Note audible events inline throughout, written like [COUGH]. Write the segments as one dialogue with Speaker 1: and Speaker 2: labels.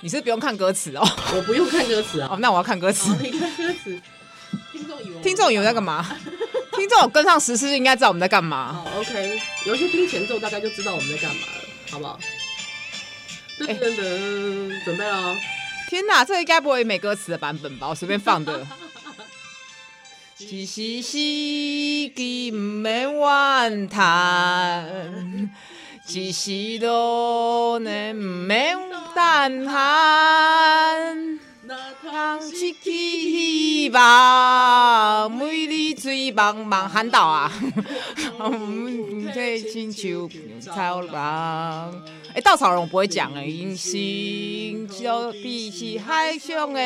Speaker 1: 你是不用看歌词哦。 [LAUGHS]
Speaker 2: 我不用看歌词啊 [LAUGHS]
Speaker 1: 哦，，那我要看歌词
Speaker 2: 好。你看歌词，听众以为我们
Speaker 1: 听众有在干嘛？听众有跟上时事，应该知道我们在干嘛。
Speaker 2: 好，OK，有哦一些听前奏大概就知道我们在干嘛了，好不好？噔
Speaker 1: 哎
Speaker 2: 噔噔，准备哦喽！
Speaker 1: 天哪，这应该不会没歌词的版本吧？我随便放的。是是是，伊毋免怨叹，一时路呢毋免等寒。
Speaker 2: 那他
Speaker 1: 人
Speaker 2: 是
Speaker 1: 失去希望，每日醉茫茫喊到啊！嗯，这亲像稻草人。哎、稻草人我不会讲哎、因心就比起海上的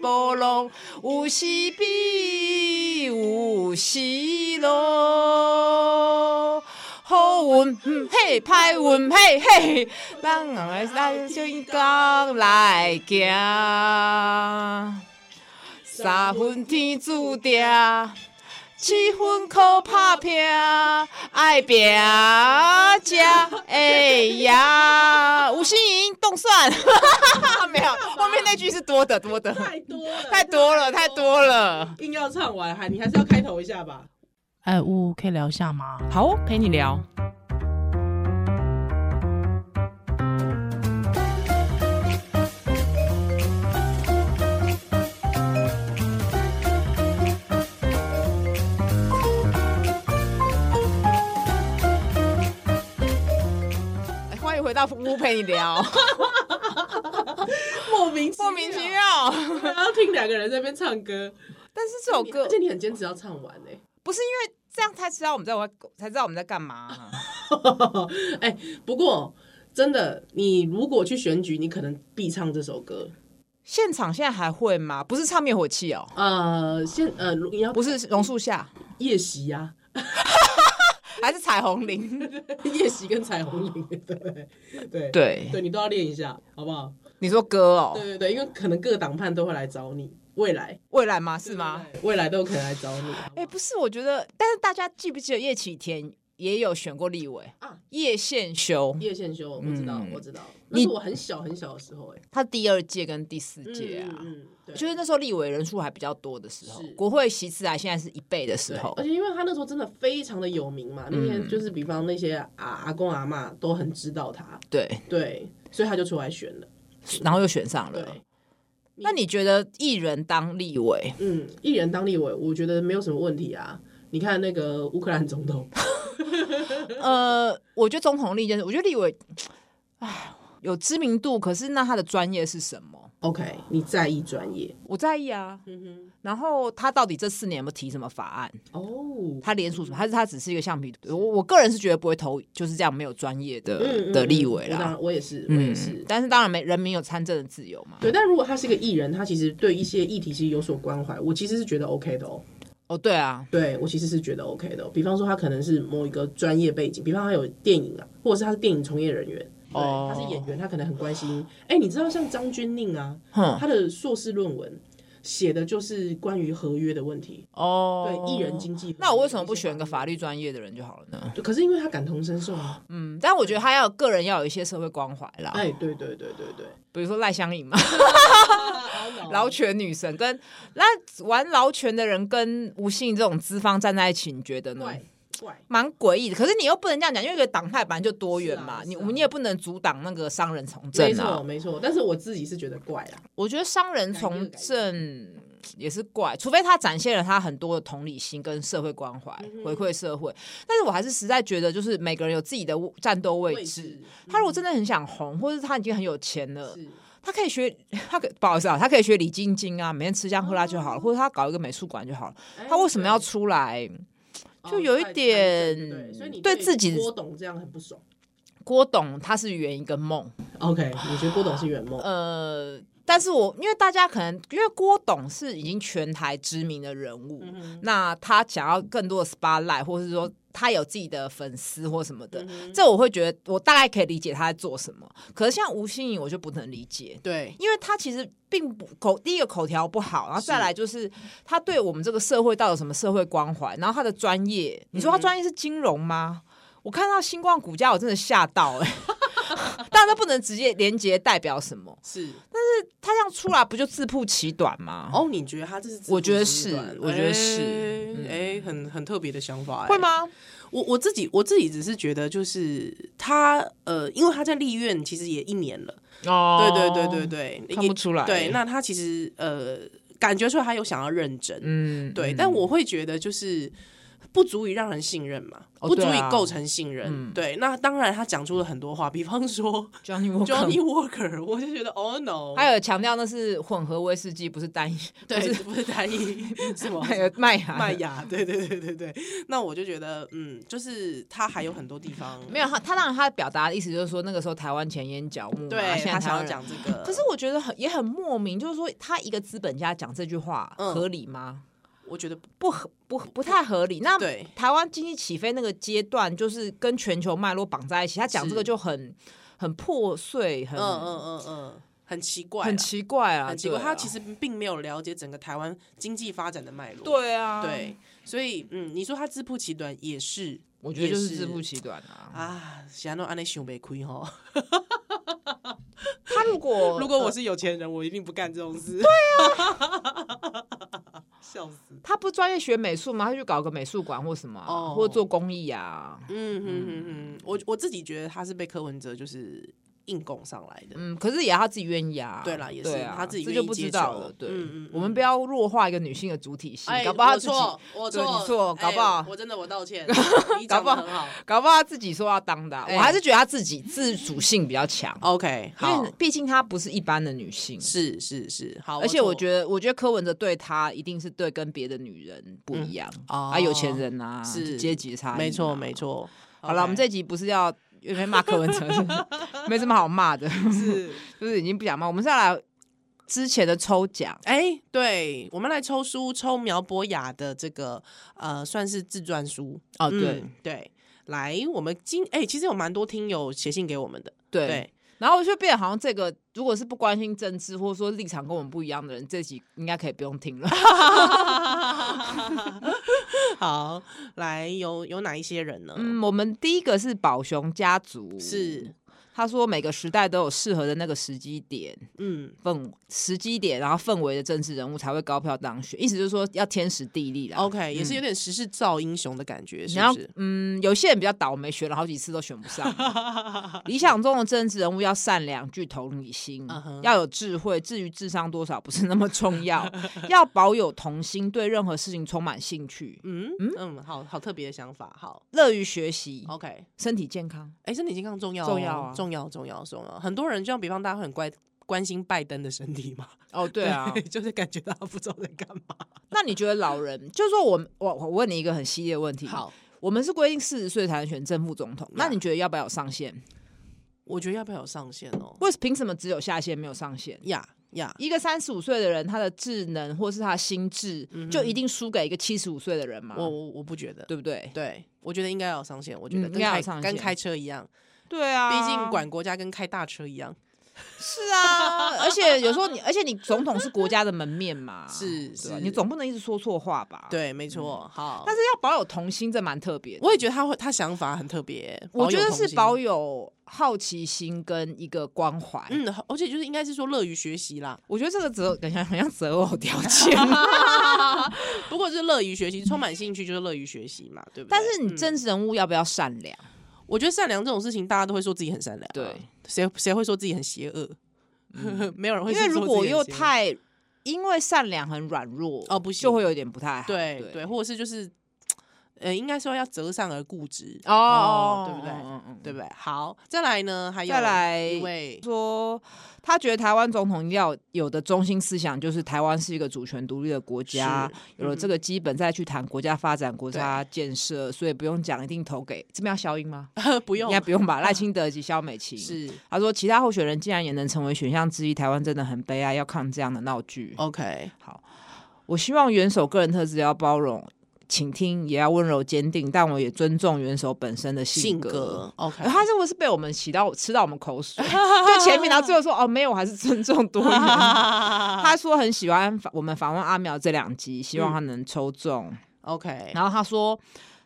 Speaker 1: 波浪，有时比有时落。好运，嗯嘿，歹运，嘿嘿，咱人的咱先讲来行，三分天注定。七分靠打拼，爱拼才会赢。五星赢动 [LAUGHS] 算，没有，后面那句是多的多的，
Speaker 2: 太多了，
Speaker 1: 太多了太多了。
Speaker 2: 硬要唱完，还你还是要开头一下吧。
Speaker 3: 哎，呜，可以聊一下吗？
Speaker 1: 好、陪你聊。哎欢迎回到屋陪你聊， [LAUGHS]
Speaker 2: 莫名
Speaker 1: 莫名其，妙。
Speaker 2: 然后听两个人在那边唱歌，
Speaker 1: 但是这首歌
Speaker 2: 而且你很坚持要唱完呢。欸
Speaker 1: 不是因为这样才知道我们在玩，才知道我们在干嘛、
Speaker 2: [LAUGHS]
Speaker 1: 啊
Speaker 2: 哎、不过真的，你如果去选举，你可能必唱这首歌。
Speaker 1: 现场现在还会吗？不是唱灭火器哦，
Speaker 2: 呃，现呃，你要
Speaker 1: 不是榕树下，
Speaker 2: 夜袭呀、 [LAUGHS]
Speaker 1: 还是彩虹铃？
Speaker 2: 夜袭跟彩虹领，对对对
Speaker 1: 对
Speaker 2: 对，你都要练一下，好不好？
Speaker 1: 你说歌
Speaker 2: 对
Speaker 1: 哦，
Speaker 2: 对对，因为可能各党派都会来找你，未来
Speaker 1: 未来吗？是吗？？
Speaker 2: 对未来都有可能来找你。
Speaker 1: 哎、不是，我觉得，但是大家记不记得叶启田也有选过立委
Speaker 2: 啊
Speaker 1: 叶宪修，
Speaker 2: 叶宪修，我知道，
Speaker 1: 嗯
Speaker 2: 我知道，那
Speaker 1: 你
Speaker 2: 是我很小很小的时候、哎，
Speaker 1: 他第二届跟第四届啊，
Speaker 2: 嗯，嗯对，
Speaker 1: 就是那时候立委人数还比较多的时候
Speaker 2: 是，
Speaker 1: 国会席次还现在是一倍的时
Speaker 2: 对
Speaker 1: 候
Speaker 2: 而，且因为他那时候真的非常的有名嘛，那些
Speaker 1: 嗯
Speaker 2: 就是比方那些阿阿公阿妈都很知道他，
Speaker 1: 对，
Speaker 2: 对，所以他就出来选了。
Speaker 1: 然后又选上
Speaker 2: 对，
Speaker 1: 了。那你觉得艺人当立委，
Speaker 2: 嗯，一人当立委，我觉得没有什么问题啊。你看那个乌克兰总统， [LAUGHS] 嗯
Speaker 1: 呃，我觉得总统立件事，我觉得立委，唉，有知名度，可是那他的专业是什么？
Speaker 2: OK，你在意专业，
Speaker 1: 我在意啊。
Speaker 2: 嗯
Speaker 1: 然后他到底这四年有没有提什么法案？
Speaker 2: 哼，哦，
Speaker 1: 他联署什么？还是他只是一个橡皮图？我我个人是觉得不会投，就是这样没有专业的、
Speaker 2: 嗯嗯
Speaker 1: 的立委
Speaker 2: 我当
Speaker 1: 啦。
Speaker 2: 然我也是，我也
Speaker 1: 嗯
Speaker 2: 是。，
Speaker 1: 但是当然没人民有参政的自由嘛。
Speaker 2: 对，但如果他是一个艺人，他其实对一些议题其实有所关怀，我其实是觉得 OK 的哦。
Speaker 1: 哦，对啊，
Speaker 2: 对我其实是觉得 OK 的哦、比方说他可能是某一个专业背景，比方他有电影啊，或者是他是电影从业人员，对，
Speaker 1: 哦
Speaker 2: 他是演员，他可能很关心。哎，你知道像张钧甯啊，
Speaker 1: 哼，
Speaker 2: 他的硕士论文写的就是关于合约的问题，
Speaker 1: 哦，
Speaker 2: 对艺人经济。
Speaker 1: 那我为什么不选个法？律专业的人就好了呢？
Speaker 2: 对，可是因为他感同身受啊。
Speaker 1: 嗯，但我觉得他要有个人要有一些社会关怀啦，
Speaker 2: [LAUGHS] 哎，对对对对
Speaker 1: [LAUGHS]
Speaker 2: 对，
Speaker 1: 比如说赖香盈嘛， [LAUGHS]
Speaker 2: 老哦
Speaker 1: 劳权女神跟那玩劳权的人跟吴信这种资方站在一起，你觉得呢？
Speaker 2: 怪怪。
Speaker 1: 蛮诡异的。可是你又不能这样讲，因为一个党派本来就多元嘛，
Speaker 2: 是啊
Speaker 1: 你
Speaker 2: 是啊
Speaker 1: 我们你也不能阻挡那个商人从
Speaker 2: 没
Speaker 1: 政
Speaker 2: 错，
Speaker 1: 啊。
Speaker 2: 没错，但是我自己是觉得怪啊啦。
Speaker 1: 我觉得商人从政也是怪，除非他展现了他很多的同理心跟社会关怀，
Speaker 2: 嗯
Speaker 1: 回馈社会。但是我还是实在觉得，就是每个人有自己的战斗位
Speaker 2: 位
Speaker 1: 置
Speaker 2: 置。嗯
Speaker 1: 他如果真的很想红，或者他已经很有钱了，
Speaker 2: 是
Speaker 1: 他可以学，他可不好意思啊，他可以学李晶晶啊，每天吃香喝辣就好了，或者他搞一个美术馆就好了。
Speaker 2: 哦哎
Speaker 1: 他为什么要
Speaker 2: 对
Speaker 1: 出来？就
Speaker 2: 哦
Speaker 1: 有一
Speaker 2: 怪
Speaker 1: 点
Speaker 2: 怪对，所以你
Speaker 1: 对自己
Speaker 2: 郭董这样很不爽。
Speaker 1: 郭董他是圆一个梦，
Speaker 2: OK，你觉得郭董是圆梦？
Speaker 1: 呃，但是我因为大家可能因为郭董是已经全台知名的人物，
Speaker 2: 嗯
Speaker 1: 那他想要更多的 spotlight，或是说他有自己的粉丝或什么
Speaker 2: 嗯
Speaker 1: 的，这我会觉得我大概可以理解他在做什么。可是像吴欣颖，我就不能理解。
Speaker 2: 对，
Speaker 1: 因为他其实并不口第一个口条不好，然后再来就是他对我们这个社会到底有什么社会关怀，然后他的专业，你 [LAUGHS] 说他专业是金融吗？我看到新冠股价，我真的吓到哎、欸。当然它不能直接连接代表什么，
Speaker 2: 是
Speaker 1: 它这样出来不就自曝其短吗？
Speaker 2: 哦，你觉得他这是自
Speaker 1: 我觉得
Speaker 2: 负心
Speaker 1: 是
Speaker 2: 软
Speaker 1: 我觉得是嗯
Speaker 2: 哎、哎很很特别的想法、哎
Speaker 1: 会？吗？
Speaker 2: 我我自己我自己只是觉得，就是他呃，因为他在立院其实也一年了，
Speaker 1: 哦
Speaker 2: 对对对对对，
Speaker 1: 看不出来
Speaker 2: 也对，那他其实呃，感觉出来他有想要认真，
Speaker 1: 嗯，嗯
Speaker 2: 对，但我会觉得就是不足以让人信任嘛，
Speaker 1: 哦
Speaker 2: 不足
Speaker 1: 对
Speaker 2: 以
Speaker 1: 啊
Speaker 2: 构成信任。对，那当然他讲出了很多话，比方说
Speaker 1: Johnny Walker
Speaker 2: Johnny Walker，我就觉得 Oh no，
Speaker 1: 还有强调那是混合威士忌，不是单 [LAUGHS] 一，
Speaker 2: 对，
Speaker 1: 不是
Speaker 2: 不是
Speaker 1: [LAUGHS]
Speaker 2: 单一什么
Speaker 1: 还有麦芽的
Speaker 2: 麦芽，对对对对对。那我就觉得，嗯，就是他还有很多地方
Speaker 1: 没有他，他当然他表达的意思就是说，那个时候台湾前烟角木嘛，
Speaker 2: 对
Speaker 1: 现
Speaker 2: 他
Speaker 1: 在台
Speaker 2: 想
Speaker 1: 湾
Speaker 2: 要
Speaker 1: 人
Speaker 2: 讲这个，
Speaker 1: 可是我觉得很也很莫名，就是说他一个资本家讲这句话、
Speaker 2: 嗯
Speaker 1: 合理吗？
Speaker 2: 我觉得
Speaker 1: 不合不不太合理。那
Speaker 2: 对
Speaker 1: 台湾经济起飞那个阶段，就是跟全球脉络绑在一起，他讲这个
Speaker 2: 是
Speaker 1: 就很很破碎，很、
Speaker 2: 嗯嗯嗯嗯，很奇怪啦，
Speaker 1: 很奇怪啊，
Speaker 2: 很奇怪，
Speaker 1: 对啊
Speaker 2: 他其实并没有了解整个台湾经济发展的脉络。
Speaker 1: 对啊，
Speaker 2: 对，，所以嗯，你说他自曝其短也是
Speaker 1: 我觉得就
Speaker 2: 也
Speaker 1: 是
Speaker 2: 是
Speaker 1: 自不其短啊。
Speaker 2: 啊，想要安内想没亏哈。
Speaker 1: [LAUGHS] 他 [LAUGHS] 如果
Speaker 2: 如果我
Speaker 1: 呃
Speaker 2: 是有钱人，我一定不干这种事。对啊，笑死。
Speaker 1: 他不是专业学美术吗？他去搞个美术馆或什么啊、
Speaker 2: 哦
Speaker 1: 或做公益啊。
Speaker 2: 嗯哼哼哼，我我自己觉得他是被柯文哲就是硬拱上来的。
Speaker 1: 嗯，可是也要他自己愿意啊。
Speaker 2: 对啦也是
Speaker 1: 啊、
Speaker 2: 他自己
Speaker 1: 这
Speaker 2: 愿意
Speaker 1: 就不知道
Speaker 2: 接受
Speaker 1: 了。对，
Speaker 2: 嗯嗯嗯
Speaker 1: 我们不要弱化一个女性的主体性，搞不好他
Speaker 2: 哎我
Speaker 1: 自己，
Speaker 2: 错，我
Speaker 1: 对
Speaker 2: 错，
Speaker 1: 你错搞不
Speaker 2: 哎
Speaker 1: 好
Speaker 2: 我真的我
Speaker 1: [LAUGHS]
Speaker 2: 道歉，你
Speaker 1: 搞
Speaker 2: 讲
Speaker 1: 不
Speaker 2: 的
Speaker 1: 好
Speaker 2: 很好。
Speaker 1: 搞不好他自己说要当的啊、
Speaker 2: 哎
Speaker 1: 我还是觉得他自己自主性比较强，
Speaker 2: OK，
Speaker 1: 因
Speaker 2: 好
Speaker 1: 为，毕竟她不是一般的女性。
Speaker 2: 是是是，好。
Speaker 1: 而且我觉
Speaker 2: 得
Speaker 1: 得，我觉得柯文哲对她一定是对跟别的女人不一样、
Speaker 2: 哦
Speaker 1: 啊，有钱人啊，
Speaker 2: 是
Speaker 1: 阶级差异、哦
Speaker 2: 没错没。错。
Speaker 1: 好了，我们这集不是要因为骂柯文哲，是没什么好骂的， [LAUGHS]
Speaker 2: 是
Speaker 1: 就是已经不想骂。我们是要来之前的抽奖，
Speaker 2: 哎，对，我们来抽书，抽苗博雅的这个呃，算是自传书
Speaker 1: 哦对
Speaker 2: 嗯对。来，我们今哎，其实有蛮多听友写信给我们的，
Speaker 1: 对， [LAUGHS]
Speaker 2: 对，
Speaker 1: 然后就变得好像这个，如果是不关心政治或者说立场跟我们不一样的人，这集应该可以不用
Speaker 2: [LAUGHS]
Speaker 1: 听了。
Speaker 2: 好，来有有哪一些人呢？
Speaker 1: 嗯，我们第一个是宝雄家族，
Speaker 2: 是，
Speaker 1: 他说每个时代都有适合的那个时机点
Speaker 2: 嗯，
Speaker 1: 氛时机点，然后氛围的政治人物才会高票当选，意思就是说要天时地利啦。
Speaker 2: OK，也
Speaker 1: 嗯
Speaker 2: 是有点时势造英雄的感觉，是
Speaker 1: 然后
Speaker 2: 不
Speaker 1: [LAUGHS]
Speaker 2: 哦是？，
Speaker 1: 嗯，有些人比较倒霉，选了好几次都选不上。理想中的政治人物要善良、具同理心
Speaker 2: 嗯哼
Speaker 1: 要有智慧。至于智商多少不是那么重要，要保有童心，对任何事情充满兴趣，
Speaker 2: 嗯嗯，好好特别的想法，好
Speaker 1: 乐于学习，
Speaker 2: ，OK，
Speaker 1: 身体健康。
Speaker 2: 哎，身体健康重要哦，
Speaker 1: 重要啊
Speaker 2: 重要，重要，重要。很多人就像比方大家会很关关心拜登的身体嘛，，
Speaker 1: 哦，对啊
Speaker 2: [LAUGHS] 就是感觉到他不知道在干嘛。
Speaker 1: [LAUGHS] 那你觉得老人，就是说我我我问你一个很犀利的问题，，
Speaker 2: 好，
Speaker 1: 我们是规定四十岁才能选正副总统，那你觉得要不要有上限？
Speaker 2: 我觉得要不要有上限哦？
Speaker 1: 为凭什么只有下限没有上限？
Speaker 2: 呀呀，
Speaker 1: 一个三十五岁的人，他的智能或是他的心智，就一定输给一个七十五岁的人吗？
Speaker 2: 我我我不觉得，
Speaker 1: 对不对？
Speaker 2: 对，我觉得应该要有上限，我觉得
Speaker 1: 嗯
Speaker 2: 跟
Speaker 1: 应该要
Speaker 2: 开
Speaker 1: 有上
Speaker 2: 跟
Speaker 1: 限
Speaker 2: 开车一样，
Speaker 1: 对啊
Speaker 2: 毕竟管国家跟开大车一样，
Speaker 1: 是啊，而且有时候你，而且你总统是国家的门面 [LAUGHS] 嘛，
Speaker 2: 是
Speaker 1: 对吧
Speaker 2: 是
Speaker 1: 你总不能一直说错话吧？，
Speaker 2: 对，没错。好，
Speaker 1: 啊嗯但是要保有童心，这蛮特别的。
Speaker 2: 我也觉得他会，他想法很特别，
Speaker 1: 我
Speaker 2: 保
Speaker 1: 觉
Speaker 2: 有
Speaker 1: 得
Speaker 2: 童
Speaker 1: 是
Speaker 2: 心
Speaker 1: 保有好奇心跟一个关怀。
Speaker 2: 嗯，而且就是应该是说乐于学习啦，
Speaker 1: 我觉得这个择，感觉好像择偶 [LAUGHS] 条件，
Speaker 2: 不过就是乐于学习，充满兴趣就是乐于学习嘛，对不对？
Speaker 1: 但是你政治人物要不要善良？
Speaker 2: 我觉得善良这种事情，大家都会说自己很善良、啊
Speaker 1: 对，嗯
Speaker 2: 谁谁会说自己很邪恶？ [LAUGHS] 没有人会
Speaker 1: 因为
Speaker 2: 说自己很邪恶。
Speaker 1: 如果又太，因为善良很软弱
Speaker 2: 哦不行
Speaker 1: 就会有点不太好。
Speaker 2: 对
Speaker 1: 对
Speaker 2: 对，或者是就是，呃，应该说要择善而固执
Speaker 1: 哦，
Speaker 2: 对不对？
Speaker 1: 嗯嗯
Speaker 2: 对不对？好，再来呢，还有
Speaker 1: 再来
Speaker 2: 一位
Speaker 1: 说他觉得台湾总统要有的中心思想就是台湾是一个主权独立的国家
Speaker 2: 是， [LAUGHS] 嗯
Speaker 1: 有了这个基本再去谈国家发展、国家建设，所以不用讲一定投给这边要消音吗？
Speaker 2: 不
Speaker 1: 应
Speaker 2: 用
Speaker 1: 该不
Speaker 2: [LAUGHS]
Speaker 1: 用吧？赖清德及萧美琴。
Speaker 2: 是
Speaker 1: 他说，其他候选人竟然也能成为选项之一，台湾真的很悲哀，要看这样的闹剧。
Speaker 2: OK，
Speaker 1: 我希望元首个人特质要包容、倾听，也要温柔坚定，但我也尊重元首本身的
Speaker 2: 性
Speaker 1: 格。
Speaker 2: 格 OK，
Speaker 1: 然后他是不是被我们洗到吃到我们口
Speaker 2: [LAUGHS]
Speaker 1: 水？就前面，然后最后说哦，没有，我还是尊重多元。
Speaker 2: [LAUGHS]
Speaker 1: 他说很喜
Speaker 2: 嗯
Speaker 1: 欢访我们访问阿苗这两集，希望他能抽中。
Speaker 2: OK，
Speaker 1: 然后他说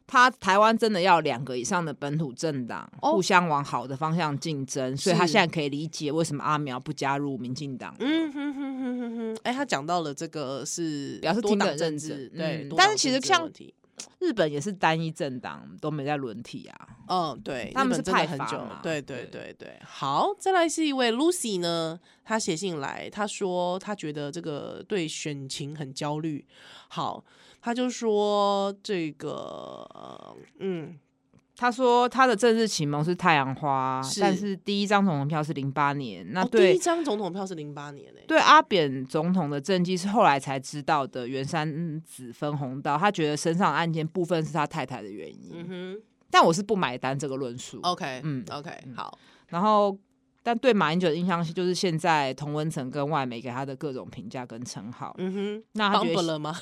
Speaker 1: 他台湾真的要两个以上的本土政党、互相往好的方向竞争，所以他
Speaker 2: 哦是
Speaker 1: 现在可以理解为什么阿苗不加入民进党。
Speaker 2: 嗯哼哼哼哼哼，哎，他讲到了这个是
Speaker 1: 表示
Speaker 2: 多
Speaker 1: 听得
Speaker 2: 党
Speaker 1: 很
Speaker 2: 政
Speaker 1: 认
Speaker 2: 治，
Speaker 1: 真
Speaker 2: 对，
Speaker 1: 嗯
Speaker 2: 多
Speaker 1: 但
Speaker 2: 党
Speaker 1: 是其
Speaker 2: 政
Speaker 1: 实
Speaker 2: 治的
Speaker 1: 像
Speaker 2: 问题
Speaker 1: 日本也是单一政党，都没在轮替啊。
Speaker 2: 嗯，对，
Speaker 1: 他
Speaker 2: 日
Speaker 1: 们
Speaker 2: 本
Speaker 1: 是
Speaker 2: 真的
Speaker 1: 派
Speaker 2: 很
Speaker 1: 阀
Speaker 2: 久
Speaker 1: 嘛，
Speaker 2: 对对对对。好，再来是一位 Lucy 呢，她写信来，她说她觉得这个对选情很焦虑。好，她就说这个，呃嗯，
Speaker 1: 他说他的政治启蒙是太阳花，
Speaker 2: 是
Speaker 1: 但是第一张总统票是零八年，那
Speaker 2: 哦
Speaker 1: 啊对、
Speaker 2: 第一张总统票是零八年诶、
Speaker 1: 对阿扁总统的政绩是后来才知道的，圆山子分红道，他觉得身上案件部分是他太太的原因，
Speaker 2: 嗯
Speaker 1: 但我是不买单这个论述。
Speaker 2: 哼，OK，嗯
Speaker 1: 嗯
Speaker 2: ，OK，好，
Speaker 1: 然后。但对马英九的印象是，就是现在童文成跟外媒给他的各种评价跟称号。
Speaker 2: 嗯
Speaker 1: 那
Speaker 2: 哼，
Speaker 1: 他
Speaker 2: 帮
Speaker 1: 觉
Speaker 2: 不
Speaker 1: 得
Speaker 2: 了吗？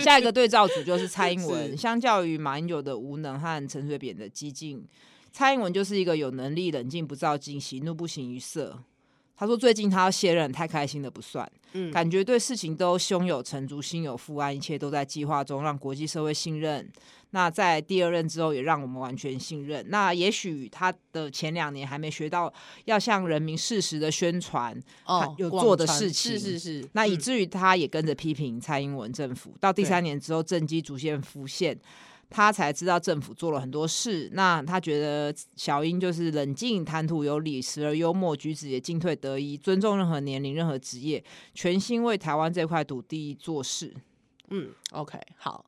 Speaker 1: 下一个对照组
Speaker 2: [LAUGHS]
Speaker 1: 就是蔡英文，
Speaker 2: 是
Speaker 1: 相较于马英九的无能和陈水扁的激进，蔡英文就是一个有能力、冷静不躁进、喜怒不形于色。他说最近他要卸任，太开心了不算，
Speaker 2: 嗯
Speaker 1: 感觉对事情都胸有成竹、心有负安，一切都在计划中，让国际社会信任。那在第二任之后，也让我们完全信任。那也许他的前两年还没学到要向人民适时的宣传，
Speaker 2: 哦，
Speaker 1: 有
Speaker 2: 广
Speaker 1: 做的
Speaker 2: 传
Speaker 1: 事情
Speaker 2: 是是是，
Speaker 1: 那以
Speaker 2: 嗯
Speaker 1: 至于他也跟着批评蔡英文政府。到第
Speaker 2: 对
Speaker 1: 三年之后，政绩逐渐浮现，他才知道政府做了很多事。那他觉得小英就是冷静、谈吐有理、时而幽默，举止也进退得宜，尊重任何年龄、任何职业，全心为台湾这块土地做事。
Speaker 2: 嗯，OK，好。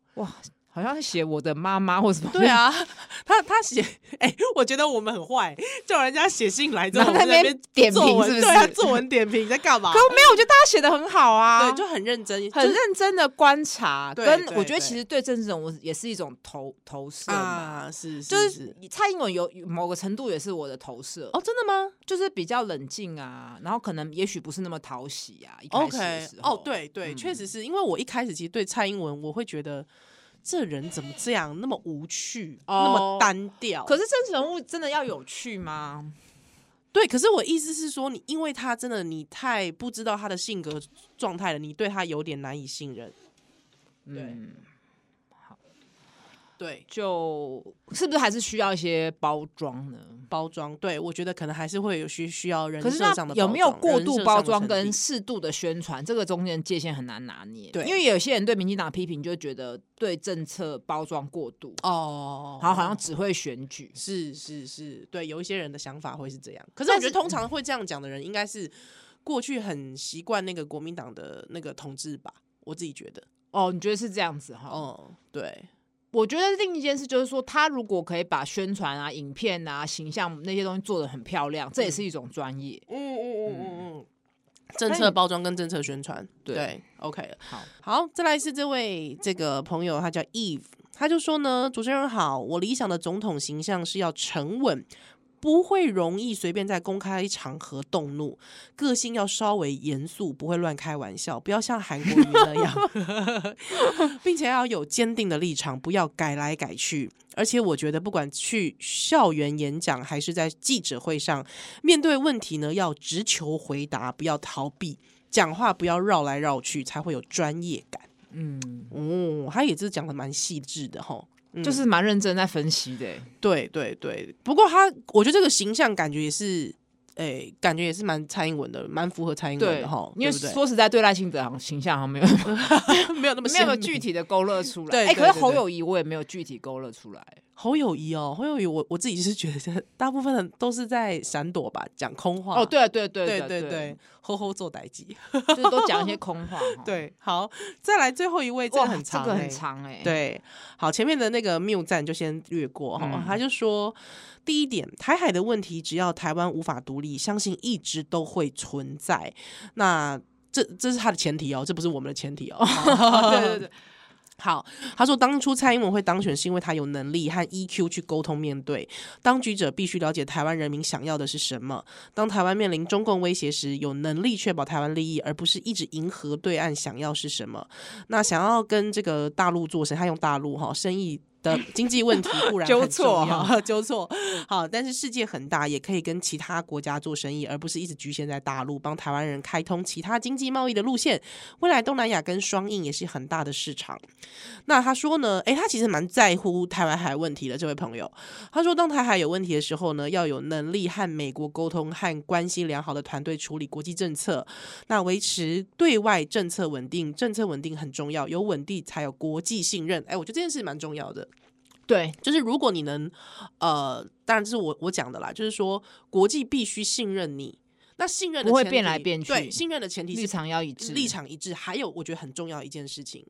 Speaker 1: 好像是写我的妈妈或什么，
Speaker 2: 对，啊， [LAUGHS] 他他写，哎、我觉得我们很坏，叫人家写信来之
Speaker 1: 然
Speaker 2: 后，
Speaker 1: 后在那
Speaker 2: 我们那
Speaker 1: 边点
Speaker 2: 边
Speaker 1: 评
Speaker 2: 作文
Speaker 1: 是不
Speaker 2: 对啊，
Speaker 1: 是
Speaker 2: 作文点评你在干嘛
Speaker 1: 可？ [LAUGHS] 没有，我觉得大家写的很好啊，
Speaker 2: [LAUGHS] 对，就很认真，
Speaker 1: 很
Speaker 2: 就是
Speaker 1: 认真的观察，
Speaker 2: 对
Speaker 1: 跟
Speaker 2: 对
Speaker 1: 我觉得
Speaker 2: 对
Speaker 1: 其实对政治人物也是一种投投射嘛。
Speaker 2: 啊，是
Speaker 1: 就是是蔡英文有有某个程度也是我的投射，
Speaker 2: 哦，真的吗
Speaker 1: 就是比较冷静啊，然后可能也许不是那么讨喜啊。一开始的
Speaker 2: ？OK，
Speaker 1: 时候
Speaker 2: 哦，，对对，
Speaker 1: 嗯
Speaker 2: 确实是因为我一开始其实对蔡英文，我会觉得这人怎么这样，那么无趣，那么
Speaker 1: 哦
Speaker 2: 单调。
Speaker 1: 可是政治人物真的要有趣吗？
Speaker 2: 对，可是我意思是说，你因为他真的你太不知道他的性格状态了，你对他有点难以信任。
Speaker 1: 嗯，
Speaker 2: 对，
Speaker 1: 就是不是还是需要一些包装呢？
Speaker 2: 包装，对我觉得可能还是会有需需要人
Speaker 1: 可是
Speaker 2: 设上
Speaker 1: 那
Speaker 2: 的
Speaker 1: 有
Speaker 2: 包
Speaker 1: 没有
Speaker 2: 装
Speaker 1: 过
Speaker 2: 人
Speaker 1: 度
Speaker 2: 设
Speaker 1: 包
Speaker 2: 上的
Speaker 1: 装
Speaker 2: 成
Speaker 1: 跟
Speaker 2: 立
Speaker 1: 适度的宣传，这个中间界限很难拿捏。
Speaker 2: 对
Speaker 1: 因为有些人对民进党批评，就觉得对政策包装过度，
Speaker 2: 哦，
Speaker 1: 然后好像只会选举。
Speaker 2: 是是是，对，有一些人的想法会是这样。可是我觉得通常会这样讲的人，应该是过去很习惯那个国民党的那个统治吧，我自己觉得。
Speaker 1: 哦，你觉得是这样子哈？
Speaker 2: 哦，对，
Speaker 1: 我觉得另一件事就是说，他如果可以把宣传啊、影片啊、形象那些东西做得很漂亮，这也是一种专业。
Speaker 2: 嗯嗯嗯嗯嗯。政策包装跟政策宣传，对
Speaker 1: 对
Speaker 2: o k 了。
Speaker 1: 好，
Speaker 2: 好，再来是这位这个朋友，他叫 Eve，他就说呢，主持人好，我理想的总统形象是要沉稳，不会容易随便在公开场合动怒，个性要稍微严肃，不会乱开玩笑，不要像韩国瑜那样，并且要有坚定的立场，不要改来改去。而且我觉得，不管去校园演讲还是在记者会上，面对问题呢，要直球回答，不要逃避，讲话不要绕来绕去，才会有专业感。
Speaker 1: 嗯，
Speaker 2: 哦，他也是讲的蛮细致的哈。嗯
Speaker 1: 就是蛮认真在分析的欸、
Speaker 2: 对对对，不过他，我觉得这个形象感觉也是，诶、感觉也是蛮蔡英文的，蛮符合蔡英文
Speaker 1: 对
Speaker 2: 的哈，，
Speaker 1: 因为
Speaker 2: 对不对
Speaker 1: 说实在，对赖清德好像形象好像没有
Speaker 2: 没有那么
Speaker 1: 没有
Speaker 2: 鲜
Speaker 1: 具体的勾勒出来。
Speaker 2: 对
Speaker 1: 哎、
Speaker 2: 对
Speaker 1: 可是
Speaker 2: 对
Speaker 1: 侯
Speaker 2: 对
Speaker 1: 友谊我也没有具体勾勒出来。
Speaker 2: 侯友谊哦，侯友谊，我我自己是觉得 [LAUGHS] 大部分人都是在闪躲吧，讲空话。
Speaker 1: 哦，对对对
Speaker 2: 对
Speaker 1: 对啊
Speaker 2: 对对，，吼吼做歹机。，
Speaker 1: 就是都讲一些空话。哈
Speaker 2: [LAUGHS] 对，好，再来最后一位，这
Speaker 1: 哇，
Speaker 2: 个很长、欸，
Speaker 1: 这个很长哎、，
Speaker 2: 对，好，前面的那个谬赞就先略过哈、
Speaker 1: 嗯
Speaker 2: 他就说，第一点，台海的问题，只要台湾无法独立，相信一直都会存在。那这这是他的前提哦，这不是我们的前提哦。 [LAUGHS]
Speaker 1: 对对对，
Speaker 2: 好，他说当初蔡英文会当选是因为他有能力和 EQ 去沟通面对，当局者必须了解台湾人民想要的是什么。当台湾面临中共威胁时，有能力确保台湾利益，而不是一直迎合对岸想要是什么。那想要跟这个大陆做生意，他用大陆哈生意
Speaker 1: [LAUGHS]
Speaker 2: 的经济问题固然很
Speaker 1: 纠错
Speaker 2: 重要纠错。好，但是世界很大，也可以跟其他国家做生意，而不是一直局限在大陆，帮台湾人开通其他经济贸易的路线。未来东南亚跟双印也是很大的市场。那他说呢，诶，他其实蛮在乎台湾海问题的这位朋友。他说，当台海有问题的时候呢，要有能力和美国沟通和关系良好的团队处理国际政策，那维持对外政策稳定，政策稳定很重要，有稳定才有国际信任。哎，我觉得这件事蛮重要的。
Speaker 1: 对，
Speaker 2: 就是如果你能，呃，当然这是我我讲的啦，就是说国际必须信任你。那信任的
Speaker 1: 不会
Speaker 2: 前
Speaker 1: 变
Speaker 2: 提
Speaker 1: 来变
Speaker 2: 对，
Speaker 1: 去
Speaker 2: 信任的前提是
Speaker 1: 立场要一致，
Speaker 2: 立场一致。还有，我觉得很重要一件事情，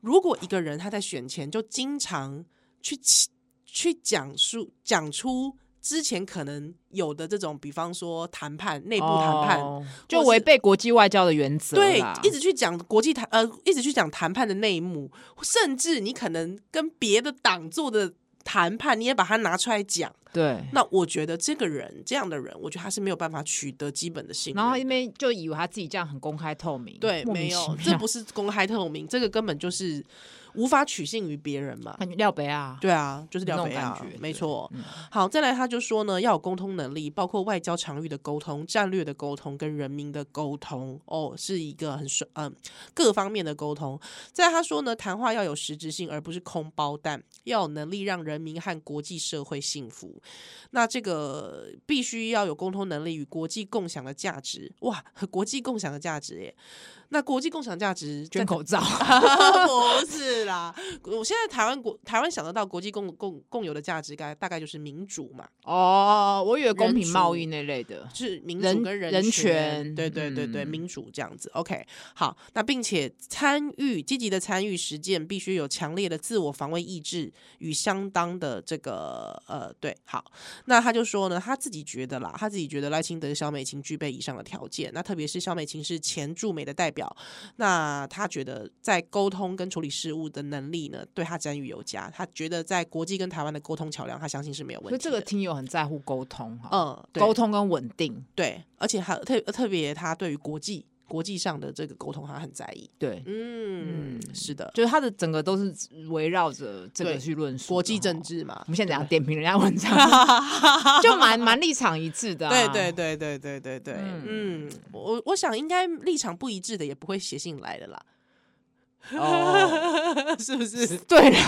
Speaker 2: 如果一个人他在选前就经常去起去讲述讲出之前可能有的这种，比方说谈判内部谈判，
Speaker 1: 哦就
Speaker 2: 或是
Speaker 1: 违背国际外交的原则
Speaker 2: 对
Speaker 1: 啦，
Speaker 2: 一直去讲国际谈呃，一直去讲谈判的内幕，甚至你可能跟别的党做的谈判，你也把它拿出来讲。
Speaker 1: 对。
Speaker 2: 那我觉得这个人这样的人，我觉得他是没有办法取得基本的信任的。
Speaker 1: 然后因为就以为他自己这样很公开透明，
Speaker 2: 对，
Speaker 1: 莫名
Speaker 2: 没
Speaker 1: 其
Speaker 2: 有，
Speaker 1: 妙
Speaker 2: 这不是公开透明，这个根本就是无法取信于别人嘛。
Speaker 1: [LAUGHS] 感觉廖北啊，
Speaker 2: 对啊，就是
Speaker 1: 那
Speaker 2: 廖
Speaker 1: 种
Speaker 2: 北
Speaker 1: 感
Speaker 2: 亚
Speaker 1: 觉，
Speaker 2: 没
Speaker 1: 对
Speaker 2: 错。
Speaker 1: 嗯
Speaker 2: 好，再来，他就说呢，要有沟通能力，包括外交场域的沟通、战略的沟通跟人民的沟通，哦，是一个很双嗯、各方面的哦沟通。再来嗯他说呢，谈话要有实质性，而不是空包弹，要有能力让人民和国际社会幸福。那这个必须要有沟通能力与国际共享的价值，哇，国际共享的价值耶！那国际共享价值在
Speaker 1: 捐口
Speaker 2: [LAUGHS]
Speaker 1: 罩， [LAUGHS]
Speaker 2: 不是啦，我现在台湾国台湾想得到国际共共共有的价值，该大概就是民主嘛，
Speaker 1: 哦，我以为公
Speaker 2: 人
Speaker 1: 平贸易
Speaker 2: 族
Speaker 1: 那类的，
Speaker 2: 是民主
Speaker 1: 人
Speaker 2: 跟人
Speaker 1: 人
Speaker 2: 权
Speaker 1: 权
Speaker 2: 对对对对，
Speaker 1: 嗯
Speaker 2: 民主这样子。OK，好，那并且参与积极的参与实践，必须有强烈的自我防卫意志与相当的这个呃，对，好。那他就说呢，他自己觉得啦，他自己觉得赖清德、萧美琴具备以上的条件。那特别是萧美琴是前驻美的代表，那他觉得在沟通跟处理事务的能力呢，对他赞誉有加。他觉得在国际跟台湾的沟通桥梁，他相信是没有问
Speaker 1: 所
Speaker 2: 题
Speaker 1: 以这
Speaker 2: 的。
Speaker 1: 个听友很在乎沟通哈，
Speaker 2: 嗯，对
Speaker 1: 沟通跟稳定，
Speaker 2: 对，而且他特特别他对于国际国际上的这个沟通，他很在意。
Speaker 1: 对，
Speaker 2: 嗯，是的，
Speaker 1: 就是他的整个都是围绕着这
Speaker 2: 对
Speaker 1: 个去论述
Speaker 2: 国
Speaker 1: 的
Speaker 2: 际政
Speaker 1: 哈。
Speaker 2: 治嘛
Speaker 1: 我。们现在怎样点评人家文
Speaker 2: [LAUGHS]
Speaker 1: 章，就蛮蛮立场一致的啊，
Speaker 2: 对对对对对对对，嗯
Speaker 1: 嗯，
Speaker 2: 我我想应该立场不一致的也不会写信来的啦，
Speaker 1: 哦，
Speaker 2: [LAUGHS]
Speaker 1: 啊
Speaker 2: 是不是？
Speaker 1: 对 [LAUGHS] 了，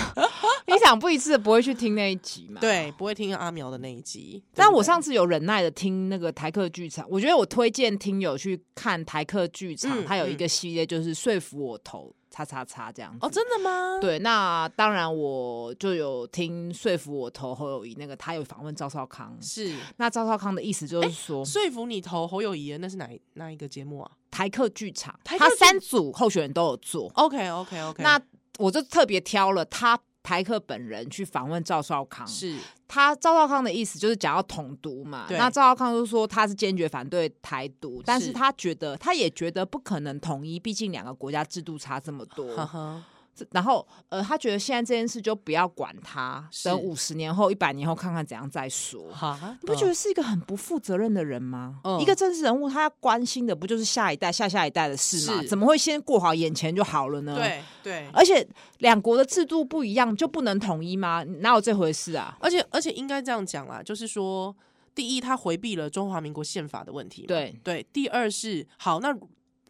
Speaker 1: 立场不一致的不会去听那一集嘛，
Speaker 2: 对，不会听阿苗的那一集。
Speaker 1: 但
Speaker 2: 对不
Speaker 1: 我
Speaker 2: 对
Speaker 1: 上次有忍耐的听那个台客剧场，我觉得我推荐听友去看台客剧场，
Speaker 2: 嗯
Speaker 1: 它有一
Speaker 2: 嗯
Speaker 1: 个系列就是说服我投叉叉叉这样子。
Speaker 2: 哦，真的吗？
Speaker 1: 对，那当然我就有听说服我投侯友谊那个，他有访问赵少康。
Speaker 2: 是
Speaker 1: 那赵少康的意思就是说，
Speaker 2: 说服你投侯友谊的那是哪一哪一个节目啊
Speaker 1: 台客剧场，
Speaker 2: 台
Speaker 1: 他
Speaker 2: 客剧
Speaker 1: 三组候选人都有做。
Speaker 2: ？OK OK OK，
Speaker 1: 那我就特别挑了他台客本人去访问赵少康，
Speaker 2: 是
Speaker 1: 他赵少康的意思就是讲要统独嘛，
Speaker 2: 对
Speaker 1: 那赵少康就说他是坚决反对台独，但是他觉得他也觉得不可能统一，毕竟两个国家制度差这么多。
Speaker 2: [LAUGHS] 哈哈，
Speaker 1: 这然后呃，他觉得现在这件事就不要管它，
Speaker 2: 是
Speaker 1: 等五十年后、一百年后看看怎样再说。
Speaker 2: 哈，
Speaker 1: 你不觉得是一个很不负责任的人吗？
Speaker 2: 嗯
Speaker 1: 一个政治人物，他要关心的不就是下一代、下下一代的事吗？
Speaker 2: 是
Speaker 1: 怎么会先过好眼前就好了呢？
Speaker 2: 嗯？，对对，
Speaker 1: 而且两国的制度不一样，就不能统一吗？哪有这回事啊？
Speaker 2: 而且而且应该这样讲啦，就是说，第一，他回避了中华民国宪法的问题嘛，
Speaker 1: 对
Speaker 2: 对；第二是好，那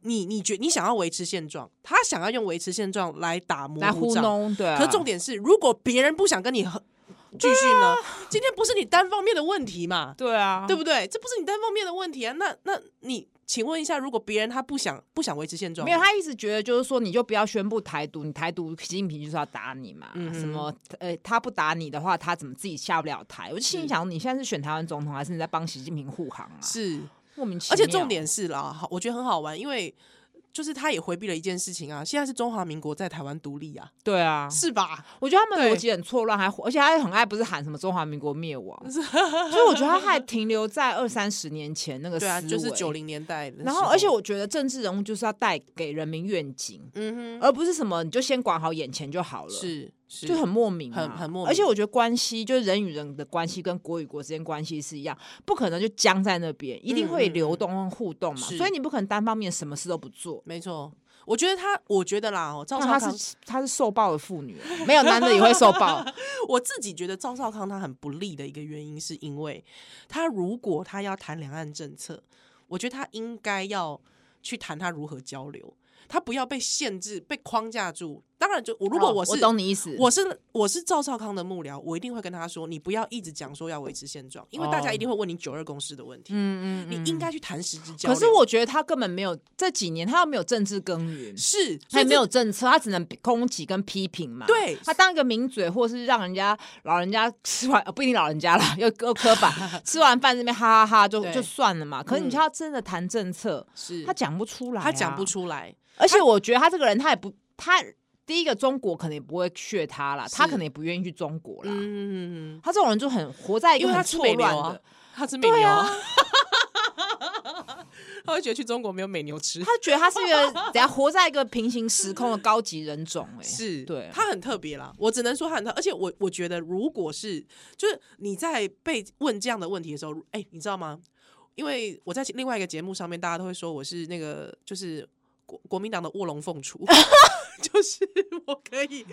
Speaker 2: 你你觉你想要维持现状，他想要用维持现状来打模
Speaker 1: 来
Speaker 2: 糊
Speaker 1: 糊
Speaker 2: 仗。
Speaker 1: 弄，对啊。
Speaker 2: 可重点是，如果别人不想跟你和继续呢，今天不是你单方面的问题嘛，
Speaker 1: 啊对啊，
Speaker 2: 对不对？这不是你单方面的问题啊。那那你请问一下，如果别人他不想不想维持现状呢，
Speaker 1: 没有，他一直觉得就是说，你就不要宣布台独，你台独习近平就是要打你嘛，
Speaker 2: 嗯哼
Speaker 1: 什么呃，他不打你的话，他怎么自己下不了台？我就心
Speaker 2: 是
Speaker 1: 里想，你现在是选台湾总统，还是你在帮习近平护航啊？
Speaker 2: 是
Speaker 1: 莫名其
Speaker 2: 而
Speaker 1: 妙。
Speaker 2: 且重点是啦，好我觉得很好玩，因为就是他也回避了一件事情啊，现在是中华民国在台湾独立啊，
Speaker 1: 对啊，
Speaker 2: 是吧？
Speaker 1: 我觉得他们
Speaker 2: 对
Speaker 1: 逻辑很错乱，还而且他很爱不是喊什么中华民国灭亡，所以我觉得他还停留在二三十年前那个呃思
Speaker 2: 对
Speaker 1: 维，
Speaker 2: 啊，就是九。零年代的时
Speaker 1: 然
Speaker 2: 候。
Speaker 1: 后，而且我觉得政治人物就是要带给人民愿景，
Speaker 2: 嗯哼，
Speaker 1: 而不是什么你就先管好眼前就好了。
Speaker 2: 是是
Speaker 1: 就很莫名嘛，
Speaker 2: 很很莫名
Speaker 1: 而且我觉得关系就是人与人的关系跟国与国之间关系是一样，不可能就僵在那边，一定会
Speaker 2: 嗯嗯
Speaker 1: 流动和互动嘛。
Speaker 2: 是
Speaker 1: 所以你不可能单方面什么事都不做。
Speaker 2: 没错。我觉得他，我觉得啦，哦，赵
Speaker 1: 那
Speaker 2: 少
Speaker 1: 她
Speaker 2: 康，
Speaker 1: 是她是受暴的妇女，啊没有男的也会受暴。
Speaker 2: [LAUGHS] 我自己觉得赵少康他很不利的一个原因，是因为他如果他要谈两岸政策，我觉得他应该要去谈他如何交流，他不要被限制、被框架住。当然就，我 [LAUGHS] 如果
Speaker 1: 好
Speaker 2: 我
Speaker 1: 我
Speaker 2: 是
Speaker 1: 懂你意思，
Speaker 2: 我是我是赵少康的幕僚，我一定会跟他说，你不要一直讲说要维持现状，因为大家
Speaker 1: 哦
Speaker 2: 一定会问你九二共识的问题，
Speaker 1: 嗯嗯嗯
Speaker 2: 你应该去谈实质交
Speaker 1: 可
Speaker 2: 流。
Speaker 1: 是我觉得他根本没有这几年，他又没有政治耕耘，
Speaker 2: 是
Speaker 1: 他也没。
Speaker 2: 所以
Speaker 1: 有政策，他只能攻击跟批评嘛。
Speaker 2: 对
Speaker 1: 他当一个名嘴，或是让人家老人家吃完，呃不一定老人家啦，又又刻
Speaker 2: [LAUGHS]
Speaker 1: 板，吃完饭这边哈哈哈就
Speaker 2: 对
Speaker 1: 就算了嘛。可是你
Speaker 2: 嗯
Speaker 1: 叫他真的谈政策，
Speaker 2: 这是
Speaker 1: 他讲不出来、啊
Speaker 2: 他讲不，出来，
Speaker 1: 而且我觉得他这个人，他也不他第一个中国可能也不会血他啦，
Speaker 2: 是
Speaker 1: 他可能也不愿意去中国啦。
Speaker 2: 嗯，
Speaker 1: 他这种人就很活在一
Speaker 2: 因
Speaker 1: 个
Speaker 2: 为他
Speaker 1: 很
Speaker 2: 吃
Speaker 1: 错
Speaker 2: 美牛
Speaker 1: 乱
Speaker 2: 啊
Speaker 1: 的，，
Speaker 2: 他吃美牛啊， [LAUGHS] 他会觉得去中国没有美牛吃
Speaker 1: 他，觉得他是一
Speaker 2: [LAUGHS]
Speaker 1: 个等下活在一个平行时空的高级人种、哎，
Speaker 2: 是
Speaker 1: 对
Speaker 2: 他很特别啦。我只能说他很特，而且我我觉得，如果是就是你在被问这样的问题的时候，哎、你知道吗？因为我在另外一个节目上面，大家都会说我是那个就是国国民党的卧龙凤
Speaker 1: [LAUGHS]
Speaker 2: 雏，就是我可以。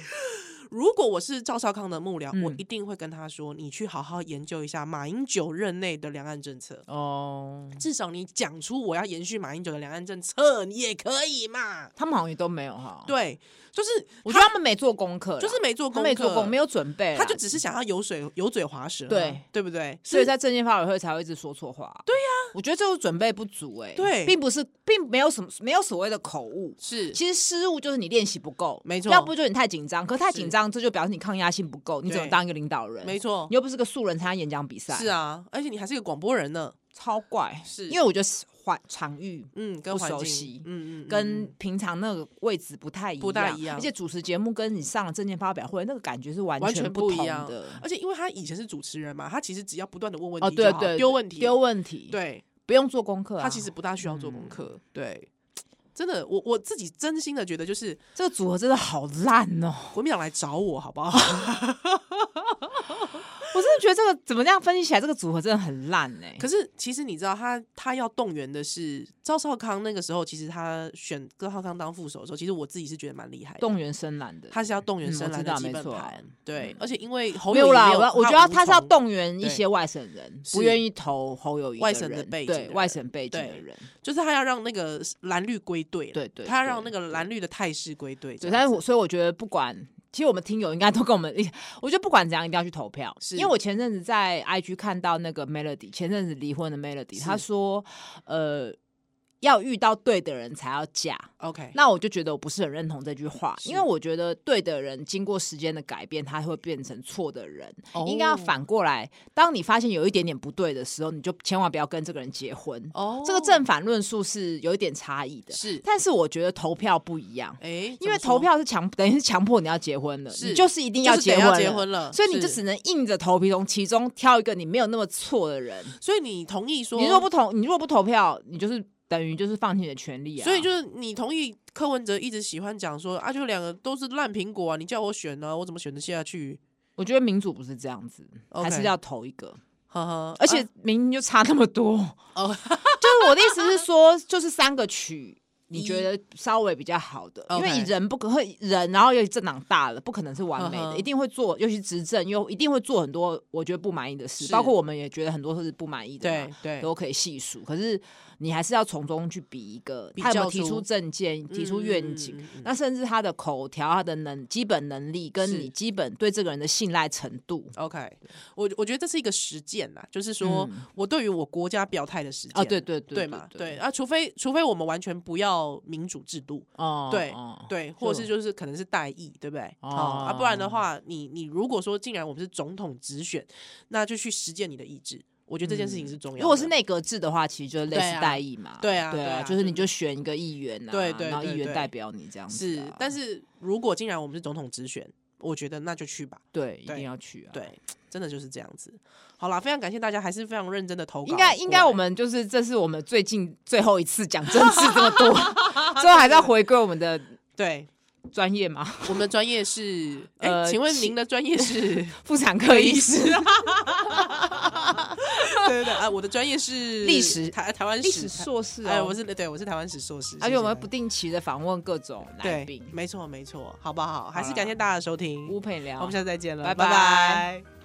Speaker 2: 如果我是赵少康的幕僚，
Speaker 1: 嗯
Speaker 2: 我一定会跟他说，你去好好研究一下马英九任内的两岸政策。
Speaker 1: 哦，
Speaker 2: 至少你讲出我要延续马英九的两岸政策，你也可以嘛？
Speaker 1: 他们好像也都没有哈。，
Speaker 2: 对，就是
Speaker 1: 哦我觉得他们没做功课啦，
Speaker 2: 就是没做
Speaker 1: 他
Speaker 2: 功课，
Speaker 1: 没做功，没有准备啦，
Speaker 2: 他就只是想要油水油嘴滑舌嘛，啊
Speaker 1: 对
Speaker 2: 对不对？
Speaker 1: 所以
Speaker 2: 是
Speaker 1: 在证件发委会才会一直说错话。对呀、我觉得这就是准备不足哎、
Speaker 2: 对
Speaker 1: 并不是，并没有什么没有所谓的口误。
Speaker 2: 是
Speaker 1: 其实失误就是你练习不够，
Speaker 2: 没错
Speaker 1: 要不就是你太紧张，可太紧
Speaker 2: 是
Speaker 1: 张这就表示你抗压性不够，你只能
Speaker 2: 对
Speaker 1: 当一个领导人。
Speaker 2: 没错
Speaker 1: 你，又不是个素人参加演讲比赛，
Speaker 2: 是，啊，而且你还是个广播人呢，
Speaker 1: 超怪。
Speaker 2: 是
Speaker 1: 因为我觉得环场域
Speaker 2: 嗯，跟
Speaker 1: 不
Speaker 2: 环
Speaker 1: 熟
Speaker 2: 境
Speaker 1: 悉
Speaker 2: 嗯嗯嗯，
Speaker 1: 跟
Speaker 2: 嗯
Speaker 1: 平常那个位置不太一样，
Speaker 2: 不太一样
Speaker 1: 而且主持节目跟你上了证件发表会那个感觉是完
Speaker 2: 完全
Speaker 1: 不
Speaker 2: 不一
Speaker 1: 同
Speaker 2: 样
Speaker 1: 的。
Speaker 2: 而且因为他以前是主持人嘛，他其实只要不断的问问
Speaker 1: 哦，
Speaker 2: 题
Speaker 1: 对
Speaker 2: 就好
Speaker 1: 对，
Speaker 2: 丢问题，
Speaker 1: 丢问题，，嗯
Speaker 2: 对，
Speaker 1: 不用做功课啊。
Speaker 2: 他其实不大需要做功课，对。真的，我我自己真心的觉得，就是
Speaker 1: 这个组合真的好烂哦！
Speaker 2: 国民党来找我，
Speaker 1: [LAUGHS]
Speaker 2: 好不好？
Speaker 1: 我真的觉得这个怎么这样分析起来，这个组合真的很烂哎、
Speaker 2: 可是其实你知道他，他要动员的是赵少康。那个时候，其实他选赵少康当副手的时候，其实我自己是觉得蛮厉害的。
Speaker 1: 动员深蓝的，
Speaker 2: 他是要动员
Speaker 1: 嗯
Speaker 2: 深
Speaker 1: 我
Speaker 2: 蓝
Speaker 1: 知
Speaker 2: 的
Speaker 1: 道
Speaker 2: 基
Speaker 1: 没
Speaker 2: 本
Speaker 1: 错嗯
Speaker 2: 盘，对，而且因为侯
Speaker 1: 没
Speaker 2: 友
Speaker 1: 有
Speaker 2: 宜
Speaker 1: 啦，
Speaker 2: 没有
Speaker 1: 我要我觉得他是要
Speaker 2: 无从
Speaker 1: 动员一
Speaker 2: 对
Speaker 1: 些外省人，
Speaker 2: 是
Speaker 1: 不愿意投侯友谊
Speaker 2: 外省的
Speaker 1: 人
Speaker 2: 背景的
Speaker 1: 对
Speaker 2: 人
Speaker 1: 外省背景的
Speaker 2: 对
Speaker 1: 人，
Speaker 2: 就是他要让那个蓝绿归队啦，
Speaker 1: 对对
Speaker 2: 他要让那
Speaker 1: 对
Speaker 2: 个蓝绿的态势归队这
Speaker 1: 对，
Speaker 2: 样子，
Speaker 1: 但是我所以我觉得不管，其实我们听友应该都跟我们一，我觉得不管怎样一定要去投票，
Speaker 2: 是
Speaker 1: 因为我前阵子在 IG 看到那个 Melody，前阵子离婚的 Melody，
Speaker 2: 是
Speaker 1: 她说，呃，要遇到对的人才要嫁。
Speaker 2: OK，
Speaker 1: 那我就觉得我不是很认同这句话，
Speaker 2: 是
Speaker 1: 因为我觉得对的人经过时间的改变，他会变成错的人。
Speaker 2: 哦
Speaker 1: 应该要反过来，当你发现有一点点不对的时候，你就千万不要跟这个人结婚。
Speaker 2: 哦
Speaker 1: 这个正反论述是有一点差异的，
Speaker 2: 是
Speaker 1: 但是我觉得投票不一样。
Speaker 2: 哎，
Speaker 1: 因为
Speaker 2: 怎么
Speaker 1: 投
Speaker 2: 说
Speaker 1: 票是强，等于是强迫你要结婚了，
Speaker 2: 是
Speaker 1: 你就是一定
Speaker 2: 就
Speaker 1: 要
Speaker 2: 是
Speaker 1: 结
Speaker 2: 得
Speaker 1: 婚
Speaker 2: 要
Speaker 1: 了，
Speaker 2: 结婚了
Speaker 1: 所以你就是只能硬着头皮从其中挑一个你没有那么错的人。
Speaker 2: 所以你同意说，
Speaker 1: 你若不投，你若不投票，你就是等于就是放弃你的权利啊。
Speaker 2: 所以就是你同意柯文哲一直喜欢讲说啊，就两个都是烂苹果啊，你叫我选呢、我怎么选得下去？
Speaker 1: 我觉得民主不是这样子，还
Speaker 2: OK
Speaker 1: 是要投一个，
Speaker 2: 呵呵，
Speaker 1: 而且
Speaker 2: 啊
Speaker 1: 明明就差那么多。
Speaker 2: [LAUGHS] 哦
Speaker 1: [LAUGHS] 就是我的意思是说，就是三个曲。你
Speaker 2: 一
Speaker 1: 觉得稍微比较好的，因
Speaker 2: OK
Speaker 1: 为以人不可会人，然后又政党大了，不可能是完美
Speaker 2: 嗯
Speaker 1: 的，
Speaker 2: 哼
Speaker 1: 一定会做，尤其执政又一定会做很多我觉得不满意的事，
Speaker 2: 是
Speaker 1: 包括我们也觉得很多事是不满意的嘛，
Speaker 2: 对对
Speaker 1: 都可以细数。可是你还是要从中去比一个，
Speaker 2: 比
Speaker 1: 他有没有
Speaker 2: 较
Speaker 1: 提
Speaker 2: 出
Speaker 1: 出政见，提出愿景，
Speaker 2: 嗯嗯嗯嗯嗯
Speaker 1: 那甚至他的口条、他的能基本能力，跟
Speaker 2: 是
Speaker 1: 你基本对这个人的信赖程度。
Speaker 2: OK，我我觉得这是一个实践啦，就是说、
Speaker 1: 嗯
Speaker 2: 我对于我国家表态的实践
Speaker 1: 啊，对对对
Speaker 2: 对嘛，对，啊，除非除非我们完全不要民主制度，
Speaker 1: 哦，
Speaker 2: 对
Speaker 1: 哦
Speaker 2: 对，或者是
Speaker 1: 就
Speaker 2: 就是可能是代议，对不对？
Speaker 1: 哦
Speaker 2: 哦、啊，不然的话，你你如果说竟然我们是总统直选，那就去实践你的意志，我觉得这件事情是重要的。
Speaker 1: 嗯如果是内阁制的话，其实就是类
Speaker 2: 对
Speaker 1: 似
Speaker 2: 啊
Speaker 1: 代议嘛。
Speaker 2: 对啊
Speaker 1: 对
Speaker 2: 对啊
Speaker 1: 就是你就选一个议员啊，
Speaker 2: 对对
Speaker 1: 然后
Speaker 2: 对
Speaker 1: 议员
Speaker 2: 对
Speaker 1: 代表你这样子啊。
Speaker 2: 是，但是如果竟然我们是总统直选，我觉得那就去吧。
Speaker 1: 对，一
Speaker 2: 对
Speaker 1: 定要去啊。，
Speaker 2: 对，真的就是这样子。好啦，非常感谢大家，还是非常认真的投稿过
Speaker 1: 应
Speaker 2: 来。
Speaker 1: 该应该我们就是这是我们 [LAUGHS] 最近最后一次讲政治这么多，最后还是要回归我们的
Speaker 2: 对
Speaker 1: 专业 [LAUGHS] 吗？
Speaker 2: 我们的专业是，哎、
Speaker 1: 呃
Speaker 2: 请问
Speaker 1: 其
Speaker 2: 您的专业 [LAUGHS] 是？
Speaker 1: 妇产科医师，
Speaker 2: 对对对啊，我的专业是
Speaker 1: 历史
Speaker 2: 台台湾
Speaker 1: 历 [LAUGHS] 史
Speaker 2: 台
Speaker 1: 硕士
Speaker 2: 哎，
Speaker 1: 哦
Speaker 2: 我。是对，我是台湾史硕士，
Speaker 1: 而且我们不
Speaker 2: 定
Speaker 1: 定期的访问各种来
Speaker 2: 对
Speaker 1: 宾，，啊
Speaker 2: 没错没错，好不好？还是
Speaker 1: 啦
Speaker 2: 感谢大家的收听，
Speaker 1: 吴佩聊，
Speaker 2: 我们下次再见了，
Speaker 1: 拜
Speaker 2: 拜
Speaker 1: 拜
Speaker 2: 拜